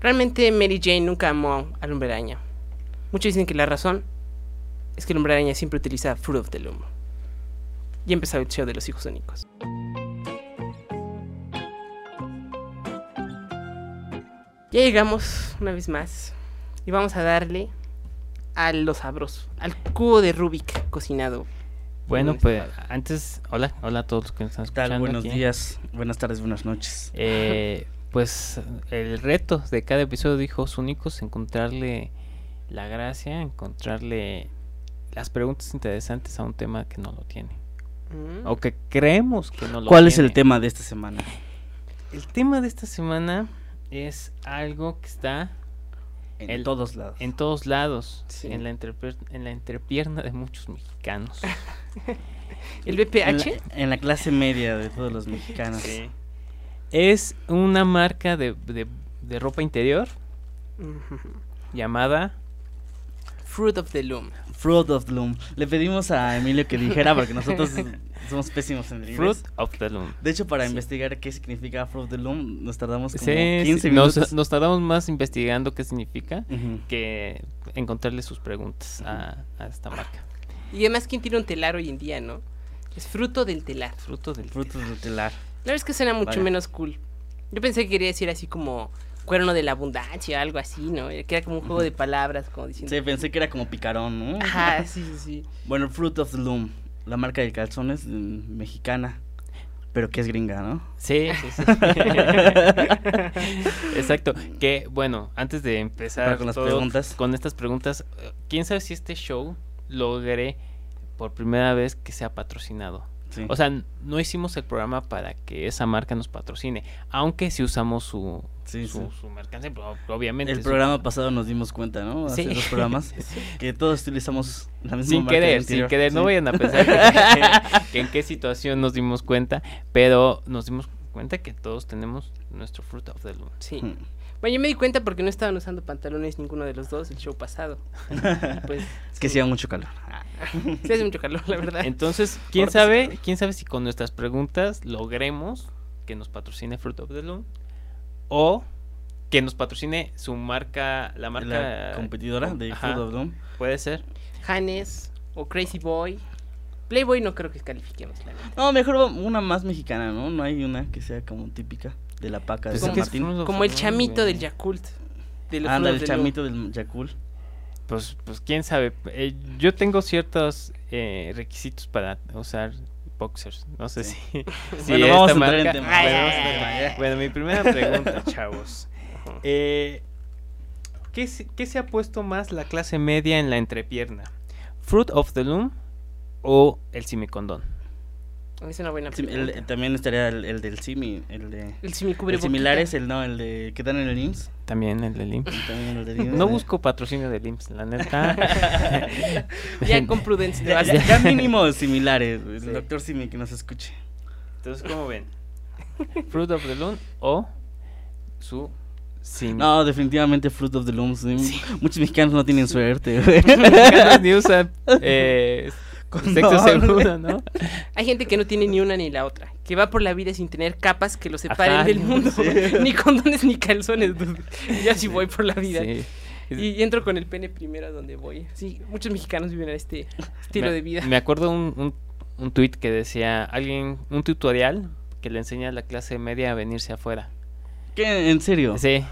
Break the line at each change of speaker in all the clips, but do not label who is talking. Realmente Mary Jane nunca amó al hombre araña. Muchos dicen que la razón es que el hombre araña siempre utiliza Fruit of the Loom. Y empezaba el show de los hijos únicos. Ya llegamos una vez más y vamos a darle a los sabroso, al cubo de Rubik cocinado.
Bueno,
Buenas
pues antes, hola, hola a todos los que nos están
¿Qué
escuchando.
tal? Buenos
aquí.
días, buenas tardes, buenas noches.
Eh, pues el reto de cada episodio de Hijos Únicos, encontrarle la gracia, encontrarle las preguntas interesantes a un tema que no lo tiene.
Mm.
O que creemos que no lo
¿Cuál es el
tiene.
tema de esta semana?
El tema de esta semana es algo que está
En
El-
todos lados.
en todos lados,
Sí.
en, la entrepier- en la entrepierna de muchos mexicanos.
¿El
En
BPH?
la, en la clase media de todos los mexicanos.
Es una marca de, de- de ropa interior
Ujú.
llamada...
Fruit of the Loom.
Fruit of Loom. Le pedimos a Emilio que dijera porque nosotros somos pésimos en el inglés.
Fruit of the Loom.
De hecho, para
Sí.
investigar qué significa Fruit of the Loom, nos tardamos como
Sí,
15
sí, nos-
minutos.
Nos, tardamos más investigando qué significa
Ujú.
que encontrarle sus preguntas a, a esta marca.
Y además, ¿quién tiene un telar hoy en día, no? Es fruto del telar.
Fruto del
Fruto del telar.
La verdad es que suena mucho
Vaya.
menos cool. Yo pensé que quería decir así como cuerno de la abundancia, algo así, ¿no? Que era como un juego de palabras, como diciendo.
Sí, pensé que era como picarón, ¿no?
Ajá, sí, sí, sí.
Bueno, Fruit of the Loom, la marca de calzones mm, mexicana, pero que es gringa, ¿no?
Sí, sí, sí. Exacto. Que bueno, antes de empezar
Ahora con las
todo,
preguntas.
con estas preguntas, eh, quién sabe si este show logré por primera vez que sea patrocinado.
Sí.
O sea, n- no hicimos el programa para que esa marca nos patrocine, aunque sí usamos su,
Sí,
su,
sí.
su mercancía, pero obviamente.
el
su-
programa pasado nos dimos cuenta, ¿no? Hace
Sí.
dos programas que todos utilizamos la misma
sin
marca de
querer, sin
interior.
querer, no
Sí.
vayan a pensar que- que en qué situación nos dimos cuenta, pero nos dimos cuenta que todos tenemos nuestro fruit of the loom.
Sí. Bueno, yo me di cuenta porque no estaban usando pantalones ninguno de los dos el show pasado. Y pues. Ah,
Es que hacía mucho calor.
Sí, hace mucho calor, la verdad.
Entonces, quién
Ahora sí,
sabe, quién sabe si con nuestras preguntas logremos que nos patrocine Fruit of the Loom o que nos patrocine su marca, la marca eh,
La competidora de
Ajá,
Fruit of the Loom.
Puede ser.
Hannes o Crazy Boy. Playboy no creo que califiquemos, la verdad.
No, mejor una más mexicana, ¿no? No hay una que sea como típica de la paca de
Pues
San
es que es
Martín.
Fruit of
Como
the
el
Loom,
chamito
güey.
del Yakult. de los frutos
Anda, Ah, el
del
chamito del Yakul.
Pues, pues quién sabe. Eh, yo tengo ciertos eh, requisitos para usar boxers. No sé
Sí.
si. si
Bueno, vamos
esta
a entrar en
marca-
tema.
Bueno,
Ay,
vamos a
ay,
entrar en
ay,
tema. Bueno, mi primera pregunta, chavos.
Ajá.
Eh, ¿qué, se- qué se ha puesto más la clase media en la entrepierna? ¿Fruit of the Loom o el simicondón?
Es una buena
Sí,
pregunta.
el- el- también estaría el, el del Simi, el de...
El simicubre
El similares, el no, el de... ¿Qué dan en el IMSS?
También el del IMSS.
También el del IMSS.
No busco patrocinio del IMSS, la neta.
Ya con prudencia. te
Ya,
vas.
ya- ya mínimo similares, el
Sí.
doctor Simi que nos escuche.
Entonces, ¿cómo ven? ¿Fruit of the Loom o su simicondón?
No, definitivamente Fruit of the Loom. sí. Muchos mexicanos no tienen suerte, güey.
mexicanos ni usan eh, sexo
Condón.
seguro, ¿no?
Hay gente que no tiene ni una ni la otra, que va por la vida sin tener capas que lo separen
Ajá,
del
sí.
mundo, ni condones ni calzones. dude. Yo así voy por la vida.
Sí.
Y entro con el pene primero a donde voy. Sí, muchos mexicanos viven a este estilo
me,
de vida.
Me acuerdo un, un, un tweet que decía alguien, un tutorial que le enseña a la clase media a venirse afuera.
¿Qué? ¿En serio?
Sí.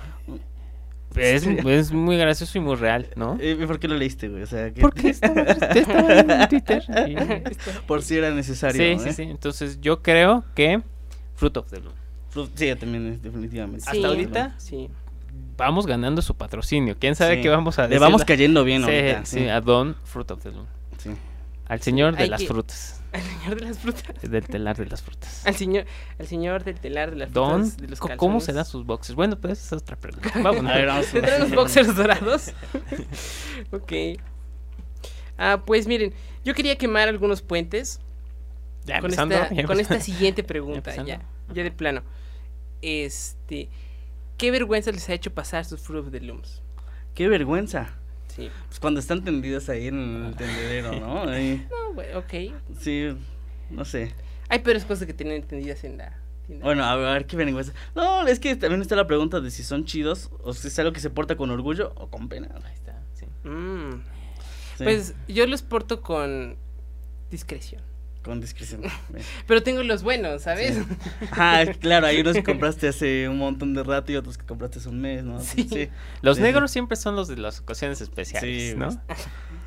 Es,
Sí.
es muy gracioso y muy real, ¿no?
Eh, ¿Por qué lo leíste, güey? O sea, que-
Porque estaba, estaba en Twitter. y-
Este,
Por si era necesario,
Sí,
¿no,
sí,
eh?
sí. Entonces yo creo que Fruit of the Loom.
Fruit- sí, también es definitivamente.
Sí.
Hasta ahorita
Sí.
vamos ganando su patrocinio. ¿Quién sabe
Sí.
qué vamos a
Le
decir?
vamos cayendo bien
sí,
ahorita.
sí, a Don Fruit of the Loom.
sí.
Al señor de
hay
las
que-
frutas.
Al señor de las frutas.
Del telar de las frutas.
Al señor, al señor del telar de las
Don,
frutas. De los
co- ¿cómo
calzones.
serán sus boxes? Bueno, pues esa es otra pregunta. Vámonos.
A ver, vamos.
¿Tendrán los boxers dorados? ok. Ah, pues miren, yo quería quemar algunos puentes
Ya
con,
empezando,
esta,
ya
con esta
empezando.
siguiente pregunta,
empezando.
ya, ya de plano. Este, ¿qué vergüenza les ha hecho pasar sus Fruit of the Looms?
Qué vergüenza.
Sí.
Pues cuando están tendidas ahí en
Ah.
el tendedero, ¿no? Ahí,
No, güey, ok.
sí, no sé.
Hay peores cosas que tener entendidas en la tiene-
Bueno, a ver qué vergüenza. No, es que también está la pregunta de si son chidos o si es algo que se porta con orgullo o con pena.
Ahí está, sí.
Mm.
Sí,
Pues yo los porto con discreción.
con discreción. Bien.
Pero tengo los buenos, ¿sabes?
Sí. Ah, claro, hay unos que compraste hace un montón de rato y otros que compraste hace un mes, ¿no?
Sí.
Los
Sí, sí.
negros siempre son los de las ocasiones especiales,
Sí,
¿no?
güey.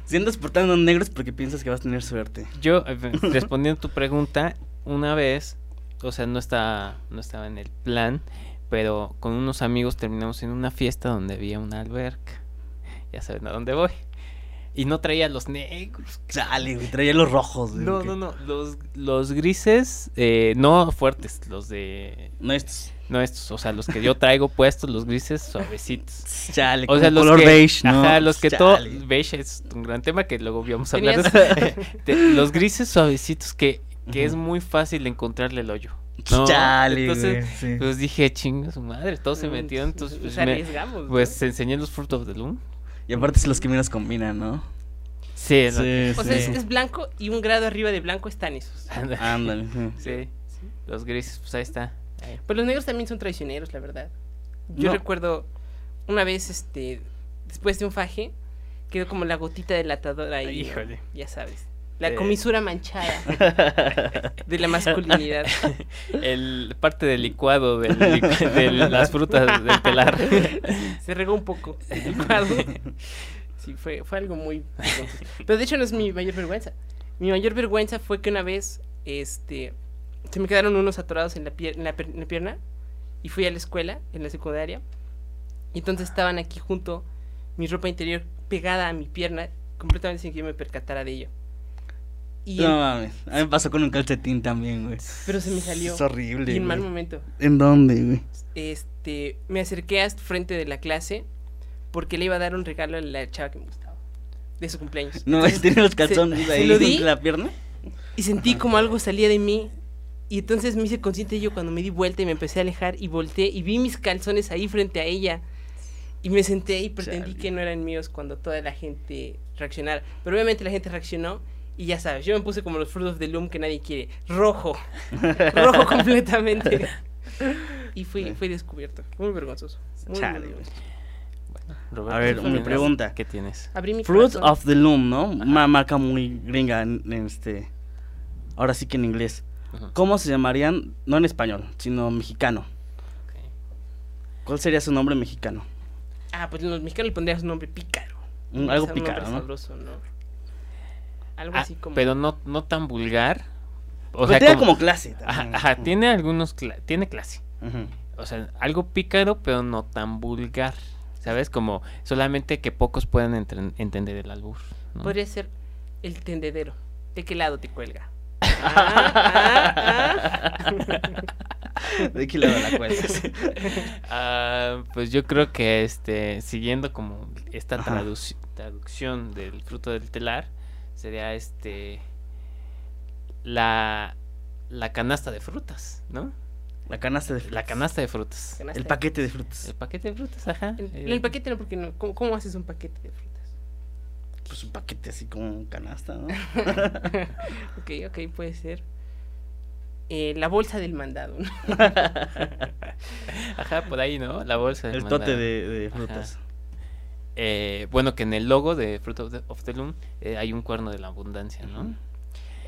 Si andas portando negros porque piensas que vas a tener suerte.
Yo, eh, respondiendo a tu pregunta, una vez, o sea, no estaba, no estaba en el plan, pero con unos amigos terminamos en una fiesta donde había una alberca. Ya saben a dónde voy. Y no traía los negros.
Chale, güey, traía los rojos, güey.
No,
que-
no, no. Los, los grises, eh, no fuertes, los de.
No estos.
No estos, o sea, los que yo traigo puestos, los grises suavecitos.
Chale,
O sea,
como
los
color
que,
beige, ¿no?
Ajá, los que todo.
Chale.
Beige es un gran tema que luego vamos a hablar.
Tenías-
de- de- los grises suavecitos que, que es
Ujú.
muy fácil encontrarle el hoyo. ¿no?
Chale,
Entonces,
güey, sí.
pues dije, chinga su madre, todos se
Mm,
metieron.
sí,
Entonces,
nos
pues, me-
arriesgamos. ¿no?
pues, enseñé los Fruit of the Loom.
Y aparte es los que menos combinan, ¿no?
Sí, lo-
o sea, es, es blanco y un grado arriba de blanco están esos.
Ándale.
Ándale. sí.
Sí, los grises, pues ahí está. Ahí.
Pues los negros también son traicioneros, la verdad. Yo
No.
recuerdo una vez, este, después de un faje, quedó como la gotita delatadora ahí. ¿no?
Híjole.
Ya sabes. La
Eh.
comisura manchada de la masculinidad.
El parte del licuado del lic- de las frutas del telar.
Se regó un poco el licuado. Sí, fue, fue algo muy... vergonzoso. Pero de hecho no es mi mayor vergüenza. Mi mayor vergüenza fue que una vez, este, se me quedaron unos atorados en la, pier- en la per- en la pierna y fui a la escuela, en la secundaria, y entonces estaban aquí junto mi ropa interior pegada a mi pierna, completamente sin que yo me percatara de ello. Y
No mames. A mí me pasó con un calcetín también, güey.
Pero se me salió.
Es horrible.
y en mal
güey.
momento.
¿En dónde, güey?
este, me acerqué hasta frente de la clase porque le iba a dar un regalo a la chava que me gustaba de su cumpleaños.
No,
Entonces,
es tiene los calzones
se
ahí
lo
entre
di.
la pierna.
Y sentí como algo salía de mí. Y entonces me hice consciente yo cuando me di vuelta y me empecé a alejar y volteé y vi mis calzones ahí frente a ella. Y me senté y pretendí
Chale.
que no eran míos cuando toda la gente reaccionara. Pero obviamente la gente reaccionó y ya sabes, yo me puse como los Fruit of the Loom que nadie quiere. Rojo. Rojo completamente. Y fui,
Sí.
fui descubierto. Fue Muy vergonzoso. Muy, muy
Chale, güey.
vergonzoso.
Roberto,
A ver,
¿qué
una
tienes?
pregunta.
¿Qué tienes?
Abrí mi
Fruit
corazón.
of the Loom, ¿no? Una marca muy gringa en, en este. Ahora sí que en inglés.
Ujú.
¿Cómo se llamarían? No en español, sino mexicano. ¿Cuál sería su nombre mexicano?
Ah, pues los mexicanos le pondrías un nombre pícaro.
Un- Mm, algo
Quizá un nombre
picado, ¿no?
sabroso, ¿no? Algo
Ah,
así como.
pero no, no tan vulgar. O
Pero Pues tiene
como-
como, clase.
Ajá,
también.
ajá, tiene algunos, cla- tiene clase.
Ujú.
O sea, algo pícaro, pero no tan vulgar. ¿Sabes? Como solamente que pocos puedan entren- entender el albur. ¿no?
Podría ser el tendedero. ¿De qué lado te cuelga? Ah, ah,
¿De qué lado la cuelga? Sí.
Ah, pues yo creo que este, siguiendo como esta
Ajá.
traduc- traducción del fruto del telar, sería este la, la canasta de frutas, ¿no?
La canasta de frutas.
La canasta de
ah.
frutas.
El paquete de frutas.
El paquete de frutas, ajá.
El,
eh,
el paquete no, porque no. ¿Cómo, cómo haces un paquete de frutas?
Pues un paquete así como canasta, ¿no?
Ok, ok, puede ser. Eh, la bolsa del mandado. ¿no?
Ajá, por ahí, ¿no? La bolsa. de
El tote
mandado.
de, de
Ajá.
frutas.
Eh, bueno, que en el logo de Fruit of the, of the Loom eh, hay un cuerno de la abundancia, ¿no?
Ujú.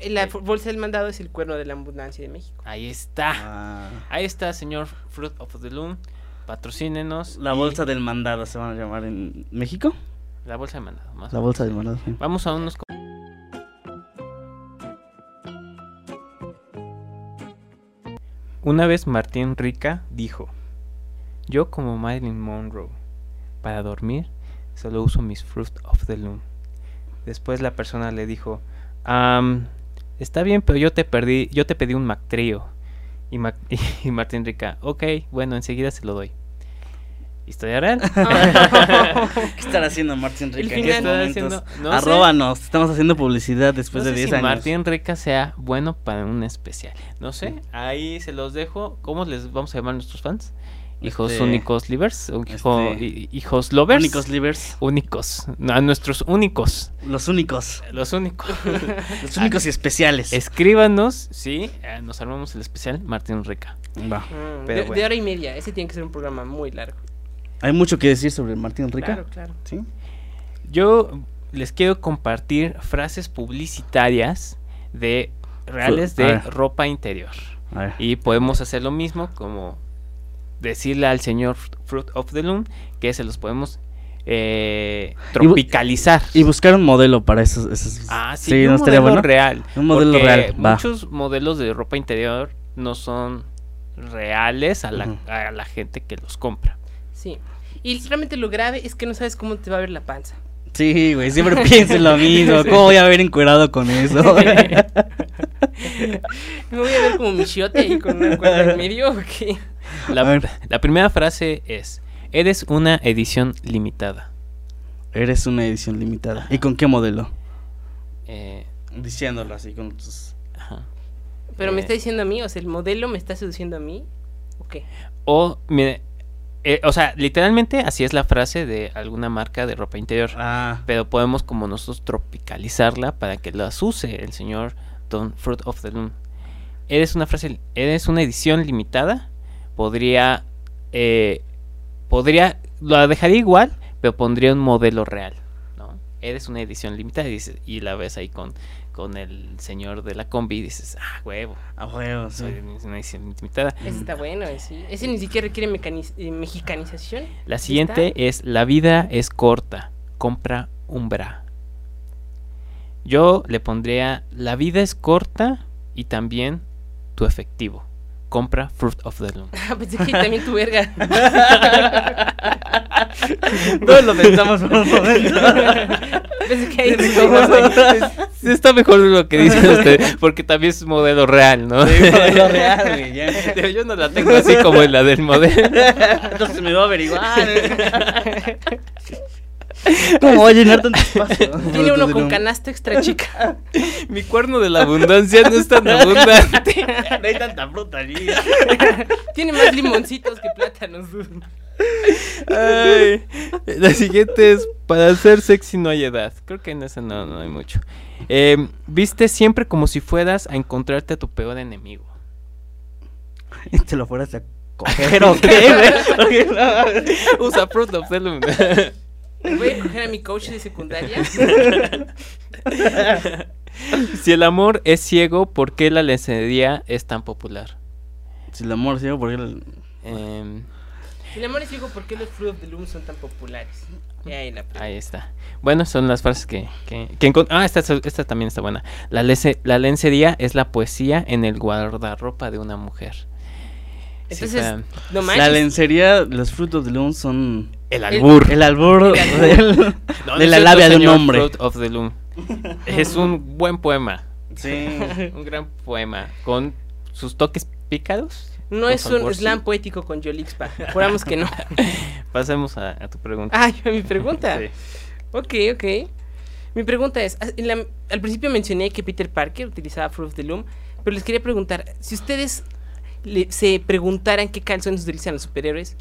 Eh, La
Eh.
fu- bolsa del mandado es el cuerno de la abundancia de México.
Ahí está.
Ah.
Ahí está, señor Fruit of the Loom. Patrocínenos.
La
y-
bolsa del mandado se van a llamar en México.
La bolsa de mandado. Más
La
o
bolsa del
menos.
mandado. sí.
Vamos a unos. co- Una vez Martín Rica dijo: Yo, como Marilyn Monroe, para dormir solo uso mis Fruit of the Loom. Después la persona le dijo: "Am, Está bien, pero yo te, perdí, yo te pedí un McTrio. Y, Mac- y Martín Rica: Ok, bueno, enseguida se lo doy. Historia real.
¿Qué estará haciendo Martín
El
Rica en
final-
estos
¿Qué estará haciendo?
momentos?
No sé.
Arróbanos, estamos haciendo publicidad después
no
de
sé
10
si
años.
Martín Rica sea bueno para un especial. No sé, ahí se los dejo. ¿Cómo les vamos a llamar a nuestros fans? Hijos
Este-
únicos livers, o hijo-
este-
hi- hijos lovers.
Únicos livers.
Únicos. No, a nuestros únicos.
Los únicos.
Los únicos. Ah.
Los únicos y especiales.
Escríbanos, sí. eh, Nos armamos el especial Martín Rica.
Va.
Mm,
Pero
de, de
bueno.
hora y media. Ese tiene que ser un programa muy largo.
Hay mucho que decir sobre Martín Rica.
Claro, claro.
¿Sí?
Yo les quiero compartir frases publicitarias de reales
Su- a
de
ver.
ropa interior.
A ver.
Y podemos hacer lo mismo como decirle al señor Fruit of the Loom que se los podemos eh, tropicalizar.
Y buscar un modelo para esos. esos-
ah, sí, un
¿no estaría
modelo
bueno?
real.
Un modelo
porque
real, va.
Muchos modelos de ropa interior no son reales a la,
Ujú.
a la gente que los compra.
Sí. Y realmente lo grave es que no sabes cómo te va a ver la panza.
Sí, güey, siempre pienso en lo mismo.
Sí.
¿Cómo voy a ver encuerado con eso?
Me voy a ver como michiote y con una cuerda en medio. ¿o qué?
A
La,
ver.
la primera frase es, eres una edición limitada.
Eres una edición limitada. ¿Y con qué modelo?
Eh,
Diciéndolo así con tus.
ajá.
Pero me
Eh.
está diciendo a mí, o sea, el modelo me está seduciendo a mí. ¿O qué?
O, mire, eh, o sea, literalmente así es la frase de alguna marca de ropa interior.
Ah.
Pero podemos como nosotros tropicalizarla para que las use el señor Don Fruit of the Loom. Eres una frase, eres una edición limitada. Podría, eh, podría, la dejaría igual, pero pondría un modelo real, ¿no? Eres una edición limitada y, dices- y la ves ahí con, con el señor de la combi y dices, ah, huevo,
A huevo, sí.
soy una edición limitada.
Ese está bueno, eh, sí. Ese ni siquiera requiere mecaniz- eh, mexicanización.
La
¿Sí
siguiente
está?
es la vida es corta, compra un bra. Yo le pondría la vida es corta y también tu efectivo. Compra Fruit of the Loom.
Ah, pensé que también tu verga.
Todos lo pensamos por un momento.
pensé que ahí
Sí, no sé.
Está mejor lo que dice usted, porque también es modelo real, ¿no?
Sí, modelo real, güey, ya.
Digo, Yo no la tengo así como la del modelo.
Entonces me va a averiguar. ¿Cómo va a llenar tanto espacio?
Tiene uno con canasta extra chica.
Mi cuerno de la abundancia no es tan abundante.
No hay tanta fruta allí.
Tiene más limoncitos que plátanos.
Ay, La siguiente es para ser sexy no hay edad. Creo que en esa no, no hay mucho. Eh, viste siempre como si fueras a encontrarte a tu peor enemigo.
¿Y te lo fueras a coger o qué, güey? Porque no,
Usa Fruit of the Loom.
Voy a coger a mi coach de secundaria.
si el amor es ciego, ¿por qué la lencería es tan popular?
Si el amor ciego, porque el...
Em,
Y la les digo por qué los Fruit of the Loom son tan populares. Y ahí la puse.
ahí está. Bueno, son las frases que, que, que encon- Ah, esta, esta también está buena. La, lece- la lencería es la poesía en el guardarropa de una mujer. Sí,
Entonces,
está-
no
La
manches.
lencería, los frutos de Loom son
el
el-
albur.
el albur
El albur.
del-
No, no
de la
es cierto,
labia de un
señor
hombre.
Fruit of the Loom. Es un buen poema,
Sí.
un gran poema, con sus toques pícaros.
no
con
es
sabor,
un
sí.
slam poético con Yolixpa. Juramos que no.
Pasemos a, a tu pregunta.
Ah, yo- mi pregunta.
Sí.
Ok, ok. Mi pregunta es, as- en la- al principio mencioné que Peter Parker utilizaba Fruit of the Loom, pero les quería preguntar, si ustedes le- se preguntaran qué calzones utilizan los superhéroes,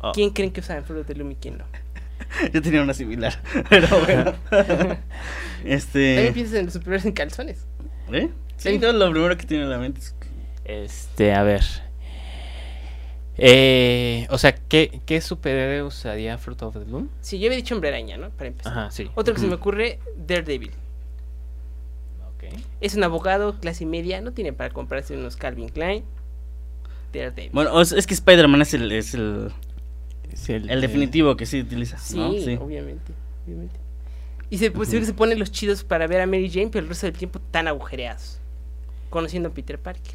Oh.
¿quién creen que usaban Fruit of the Loom y quién no?
Yo tenía una similar, pero bueno.
Eh.
También
Este...
piensas en los superhéroes en calzones.
¿Eh? Sí, no, lo primero que tiene en la mente es...
Este, a ver. Eh, o sea, ¿qué, ¿qué superhéroe usaría Fruit of the Loom?
Sí, yo había dicho hombre araña, ¿no? Para empezar.
Ajá, sí.
Otro que se me ocurre, Daredevil.
Ok.
Es un abogado, clase media, no tiene para comprarse unos Calvin Klein. Daredevil.
Bueno, o es es que Spider-Man es el, es el,
Es el, eh,
el definitivo que sí utiliza,
sí,
¿no? Sí.
obviamente, obviamente. Y se, pues, se ve que se ponen los chidos para ver a Mary Jane, pero el resto del tiempo tan agujereados. Conociendo a Peter Parker.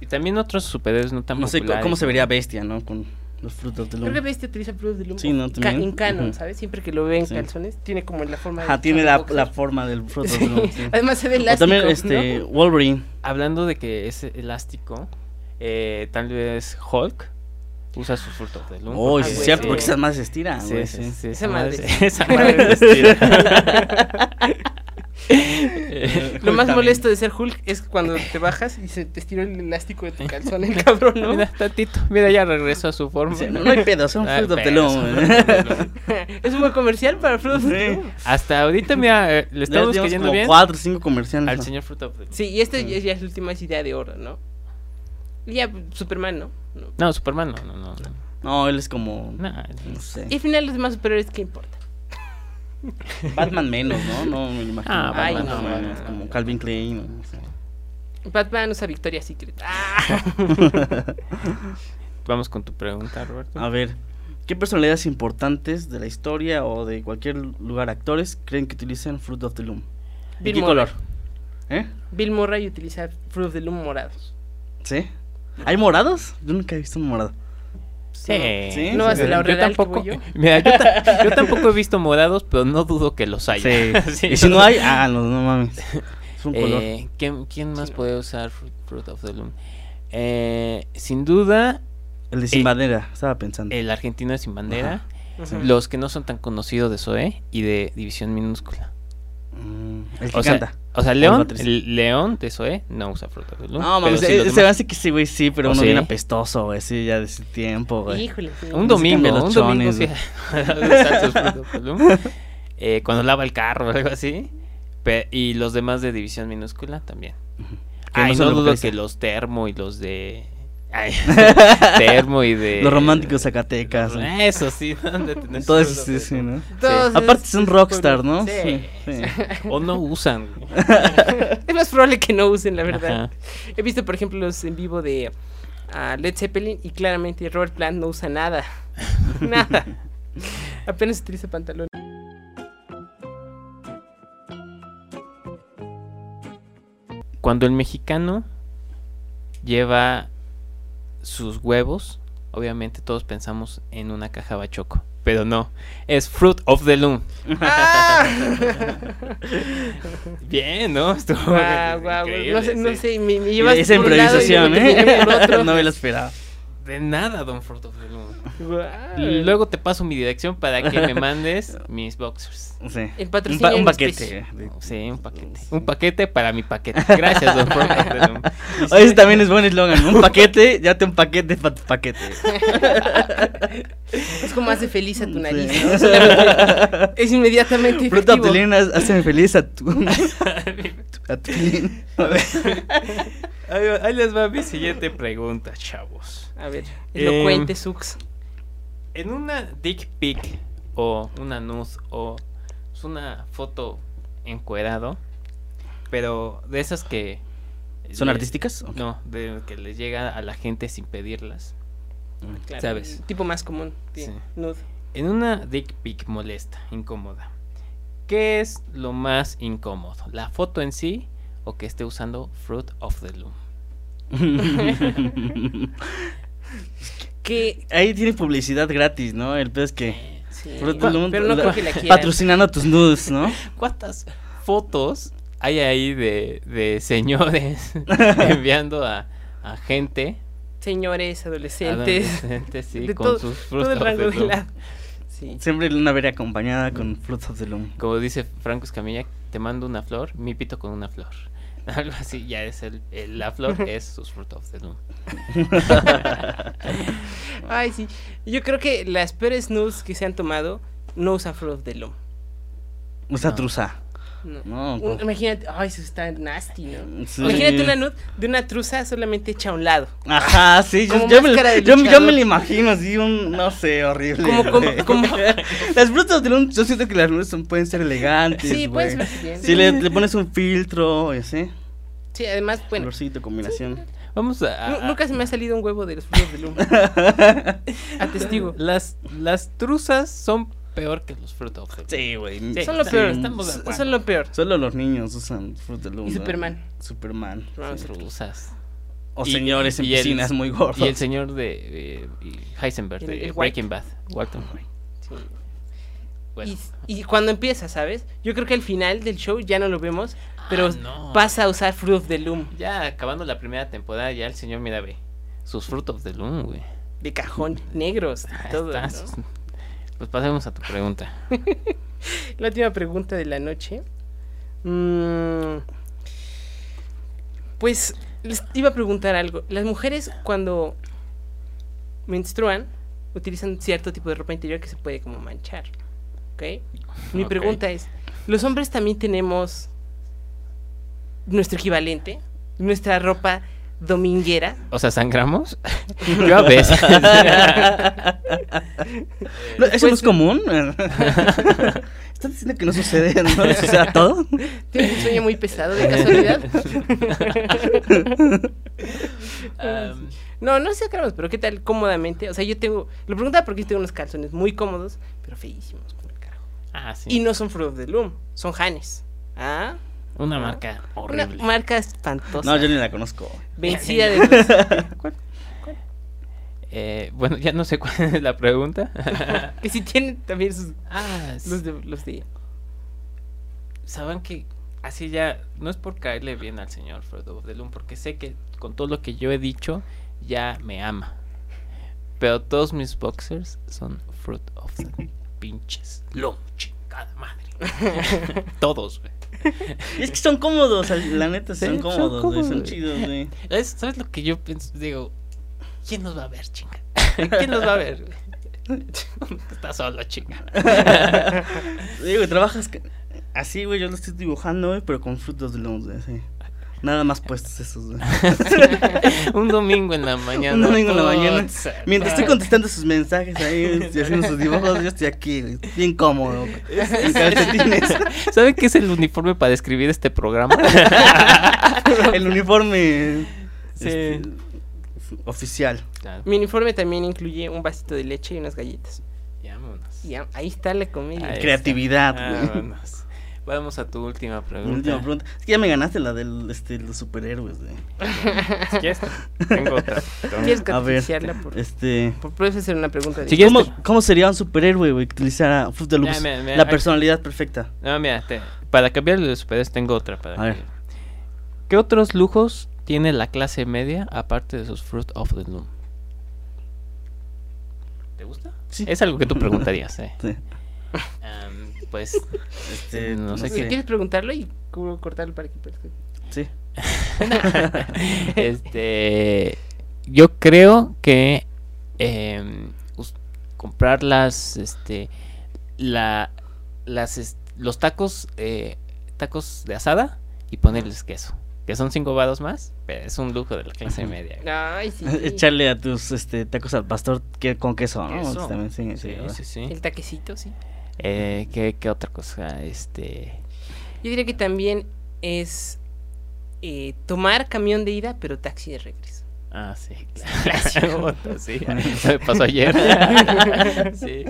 Y también otros superhéroes no tan
No sé co-
populares,
cómo se vería Bestia, ¿no? Con los frutos del
Creo que
hombre.
Bestia utiliza Proof de Loom.
Sí, ¿no?
Ca-
También.
En canon,
Ujú.
¿sabes? Siempre que lo ve en
Sí.
calzones, tiene como la forma
Ajá, tiene la,
boxer.
la forma del fruto
Sí.
del hombre. sí.
Además se ve
O
elástico,
también
¿no?
este Wolverine.
Hablando de que es elástico, eh, tal vez Hulk usa su Fruit of the Loom.
Oh,
Ah,
sí, es
güey,
cierto,
sí.
porque esas más se estiran,
Sí,
güey.
sí,
sí.
sí,
Esa madre.
Esa madre se estira.
Eh,
Lo
Hulk
más
también.
molesto de ser Hulk es cuando te bajas y se te estiró el elástico de tu calzón, el cabrón, ¿no?
Mira, tantito. Mira, ya regresó a su forma.
Dice, No hay pedo, son
No hay
Fruit of the
pedo,
Loom.
son Fruit of the Loom.
es un buen comercial para Fruit of the
Sí.
Loom.
Hasta ahorita, mira, eh, le
Ya
estamos
llevamos
cayendo
como
bien
cuatro o cinco comerciales.
al
¿no?
señor Fruit of the Loom.
Sí, y este
Mm.
ya- ya es la última idea de oro, ¿no? Y ya pues, Superman, ¿no? No.
No, Superman, no, no, no. no.
No, él es como.
Nah,
No sé.
Y al final los demás superhéroes, ¿qué importa?
Batman menos, ¿no? No me lo imagino.
Ah,
Ay,
Batman
no,
menos,
no, no,
como
no.
Calvin Klein. o no sé.
Batman usa Victoria Secret. ¡Ah!
Vamos con tu pregunta, Roberto.
A ver, ¿qué personalidades importantes de la historia o de cualquier lugar actores creen que utilizan Fruit of the Loom? ¿De
Bill
qué
Murray.
color? ¿Eh?
Bill Murray utiliza Fruit of the Loom morados.
¿Sí? ¿Hay morados? Yo nunca he visto un morado.
Sí.
Sí,
No
sí,
vas a
sí.
la
Yo
horrera al que
tampoco,
voy yo.
mira, yo, ta- yo tampoco he visto morados, pero no dudo que los haya. Sí,
Y si no hay, ah, no, no mames. Es un color.
Eh, ¿quién, quién más
no.
puede usar Fruit, Fruit of the Loom? Eh, sin duda,
El de sin
eh,
bandera, estaba pensando.
el argentino de Sin Bandera,
Ujú.
los que no son tan conocidos de Zoe y de División Minúscula.
Mm, el que
O sea,
canta.
o sea, León,
baterista.
el León de Zoe no usa Fruit of the Loom.
No, mames,
pero sí
eh,
los
se me
demás.
hace que sí, güey, sí, pero
¿O
uno
sí?
bien apestoso, güey, sí, ya de ese tiempo, güey.
Híjole. sí.
Un
se cambian
domingo,
los
un domingo
chones,
sí. usa sus Fruit of the Loom. Eh, cuando lava el carro o algo así. Pe- y los demás de División Minúscula también.
Que
Ay,
no se
no, dudo
enloquece.
que los termo y los de. Ay, termo y de. Eh,
Los románticos Zacatecas, güey.
Ah, Eso sí, han de tener
Todo
su
eso, sí,
Fruit of the
sí,
Loom.
¿no?
Todos
Aparte
esos-
eh,
es un rockstar, ¿no?
Sí.
sí.
O no usan.
Es más probable que no usen, la verdad.
Ajá.
He visto, por ejemplo, los en vivo de ah, Led Zeppelin y claramente Robert Plant no usa nada. nada. Apenas utiliza pantalón.
Cuando el mexicano lleva sus huevos, obviamente todos pensamos en una caja bachoco. Pero no, es Fruit of the Loom.
Ah.
Bien, ¿no? Estuvo
Guau, Ah, guau,
increíble,
no sé, no
sí.
sé, me, me
Y de
llevaste
Esa
por un lado y
improvisación,
me terminé por
¿eh?
otro.
No me la esperaba.
De nada, Don Fruit of the Loom.
Guau.
Luego te paso mi dirección para que me mandes mis boxers.
Sí.
El
Un,
patrocinio
pa- un
en
paquete.
especie.
güey.
Sí, un paquete. Un paquete para mi paquete. Gracias, Don Fruit of the Loom.
Oh, ese también es buen eslogan. Un paquete, ya te un paquete pa' tu paquete.
Es como hace feliz a tu nariz.
Sí.
¿no? Solamente Es inmediatamente
Fruta
efectivo.
Aptelín, haz- hazme feliz a tu. a tu pilín. A ver.
Ahí, va- ahí les va mi siguiente pregunta, chavos.
A ver, elocuente Sux.
En una dick pic o una nud o es una foto encuerado, pero de esas que...
¿Son
le-
artísticas? Ok.
No, de que les llega a la gente sin pedirlas.
Claro,
Sabes.
el Tipo más común. sí,
Sí.
nude.
En una dick pic molesta, incómoda. ¿Qué es lo más incómodo? ¿La foto en sí o que esté usando Fruit of the Loom?
Que.
Ahí tiene publicidad gratis, ¿no? El pez que.
sí,
Fruit of the Loom,
pero no
la-
creo que la quieran.
Patrocinando tus nudes, ¿no?
¿Cuántas fotos hay ahí de, de señores enviando a, a gente?
Señores, adolescentes.
Adolescentes, sí,
de
con
todo-
sus
Todo el
frutas
rango
de
de
lomo.
edad. Sí.
Siempre una vera acompañada con Fruit of the Loom.
Como dice Franco Escamilla, te mando una flor, mi pito con una flor. Algo así, ya es el, el- la flor es sus fruit of the loom.
Ay, sí. Yo creo que las peores nudes que se han tomado no usan Fruit of the Loom.
Usa
No.
trusa.
No.
No,
Un-
con-
imagínate, ay, eso está nasty, ¿no?
Sí.
Imagínate una nude de una truza solamente hecha a un lado.
Ajá, sí, yo,
Como
yo me,
máscara de
yo, me- yo me
luchador.
lo imagino así, un, no sé, horrible.
Como- como-
güey.
como-
Las frutas de un, yo siento que las frutas son- pueden ser elegantes,
Sí, puedes
güey.
ver bien.
Si le, le pones un filtro, y así,
Sí, además, bueno,
colorcito, combinación.
Vamos a...
nu-
a-
nunca se me ha salido un huevo de los Fruit of the Loom. Atestigo.
Las, las truzas son peor que los fruit of the loom.
Sí, güey.
Sí,
Son lo
sí,
peor.
estamos de acuerdo.
Son lo peor.
Solo los niños usan frutas de Loom,
Y
¿no?
Superman.
Superman.
Vamos a-
Truzas.
O
Y-
señores en
y el-
piscinas muy gordos.
Y el señor de eh, y Heisenberg,
El-
de
el White.
Breaking Bad, Walton White.
sí.
Bueno.
Y, y cuando empieza, ¿sabes? Yo creo que al final del show ya no lo vemos, pero
Ah, no.
pasa a usar Fruit of the Loom
Ya acabando la primera temporada, ya el señor mira, ve sus Fruit of the Loom, güey.
de cajón, negros, y
Ahí
todo.
Ah, está,
¿no?
sus- Pues pasemos a tu pregunta.
La última pregunta de la noche. Mm, pues les iba a preguntar algo. Las mujeres cuando menstruan utilizan cierto tipo de ropa interior que se puede como manchar. ¿Ok? Mi
Ok.
pregunta es, ¿los hombres también tenemos nuestro equivalente? ¿Nuestra ropa dominguera?
O sea, ¿sangramos? Yo a veces.
Ah,
No, ¿Eso
Pues-
no es común? ¿Están diciendo que no sucede? ¿No les sucede a todo?
¿Tienes un sueño muy pesado de casualidad?
Um,
No, no sé acabamos, pero qué tal cómodamente. O sea, yo tengo. Lo preguntaba porque yo tengo unos calzones muy cómodos, pero feísimos como el carajo.
ah, sí.
Y no son Fruit of the Loom, son Hanes. Ah,
Una marca
una
horrible.
marca espantosa.
No, yo ni la conozco.
Vencida de.
Eh, bueno, ya no sé cuál es la pregunta.
que si tienen también sus.
ah, sí.
Los de. Los de
saben que así ya no es por caerle bien al señor Fredo Delum, porque sé que con todo lo que yo he dicho ya me ama. Pero todos mis boxers son fruit of the pinches loom, chingada madre. todos, güey.
Y es que son cómodos, al- la neta,
Sí,
son
son
cómodos, güey, son
cómodos.
chidos, güey.
Es- ¿Sabes lo que yo pienso? Digo, ¿quién nos va a ver, chinga? ¿Quién nos va a ver? Está solo, chinga.
Digo, trabajas que- así, güey, yo lo estoy dibujando, güey, pero con frutos de lomo, güey, sí. Nada más puestos esos, güey.
Un domingo en la mañana.
Un domingo en la mañana.
putz,
Mientras estoy
madre.
contestando sus mensajes ahí y haciendo sus dibujos, yo estoy aquí, güey, bien cómodo, güey, en calcetines.
¿Saben qué es el uniforme para describir este programa?
El uniforme
Sí.
este, oficial.
Mi uniforme también incluye un vasito de leche y unas galletas.
Vámonos.
Y a- ahí está la comedia.
Ahí Ah,
Creatividad, güey.
Vámonos. Vamos a tu última
Mi última
pregunta.
pregunta. Es que ya me ganaste la del, este, los superhéroes, güey.
Si quieres, Tengo otra.
¿Quieres
A ver,
catequizarla por,
Este...
por- Pues, puedes hacer una pregunta de
Siguiente.
¿Cómo, cómo sería un superhéroe, güey, que utilizara Fruit de Loops?
Ya, mira, mira,
La
aquí-
personalidad perfecta.
No, mira, te- para cambiar de superhéroes tengo otra. Para
A ver.
que- ¿Qué otros lujos tiene la clase media aparte de sus Fruit of the Loom? ¿Te gusta?
Sí.
Es algo que tú preguntarías, eh.
Sí.
Am, pues,
Este,
No
no,
sé
sé
Si
qué.
qué.
quieres preguntarlo y cubro- cortarlo para que
Sí.
este, yo creo que em, us- comprar las, este, la, las, es- los tacos, eh, tacos de asada y ponerles queso, que son cinco vados más, pero es un lujo de la clase media. güey.
Ay, sí.
Echarle a tus este, tacos al pastor que, con queso, ¿no?
Queso.
También, sí, sí,
Sí,
¿verdad?
sí, sí.
El taquecito, sí.
Eh, ¿qué, qué otra cosa? Este,
Yo diría que también es eh, tomar camión de ida, pero taxi de regreso.
ah, sí,
Clásico.
claro. sí, eso me pasó ayer. Sí.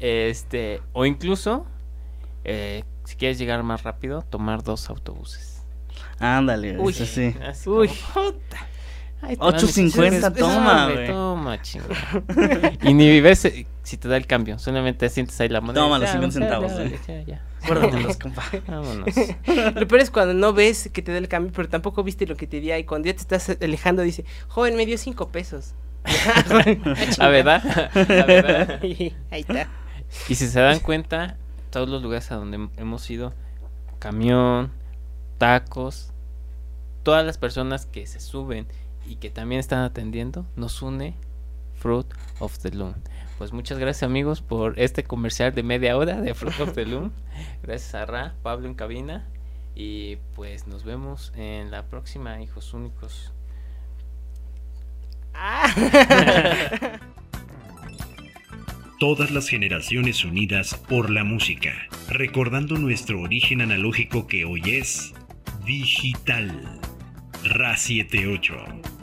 Este, o incluso, eh, si quieres llegar más rápido, tomar dos autobuses.
Ándale,
Uy.
este, sí.
Así
Uy,
como,
Ay,
te van mis
8.50,
autobuses,
toma,
hombre,
güey.
Toma, chingada. Y ni ves eh, si te da el cambio, solamente sientes ahí la moneda.
Toma los
Ya,
50
ya,
centavos, Ah,
ya, ya,
eh.
ya.
Guárdatelos, compa.
Vámonos.
Lo peor es cuando no ves que te da el cambio, pero tampoco viste lo que te di. Y cuando ya te estás alejando, dice, joven, me dio cinco pesos.
La verdad, la verdad.
Ahí está.
Y si se dan cuenta, todos los lugares a donde hem- hemos ido, camión, tacos, todas las personas que se suben y que también están atendiendo, nos une Fruit of the Loom. Pues muchas gracias amigos por este comercial de media hora de Fruit of the Loom. Gracias a Ra, Pablo en cabina. Y pues nos vemos en la próxima, hijos únicos.
Ah.
todas las generaciones unidas por la música, recordando nuestro origen analógico que hoy es digital. RA 78.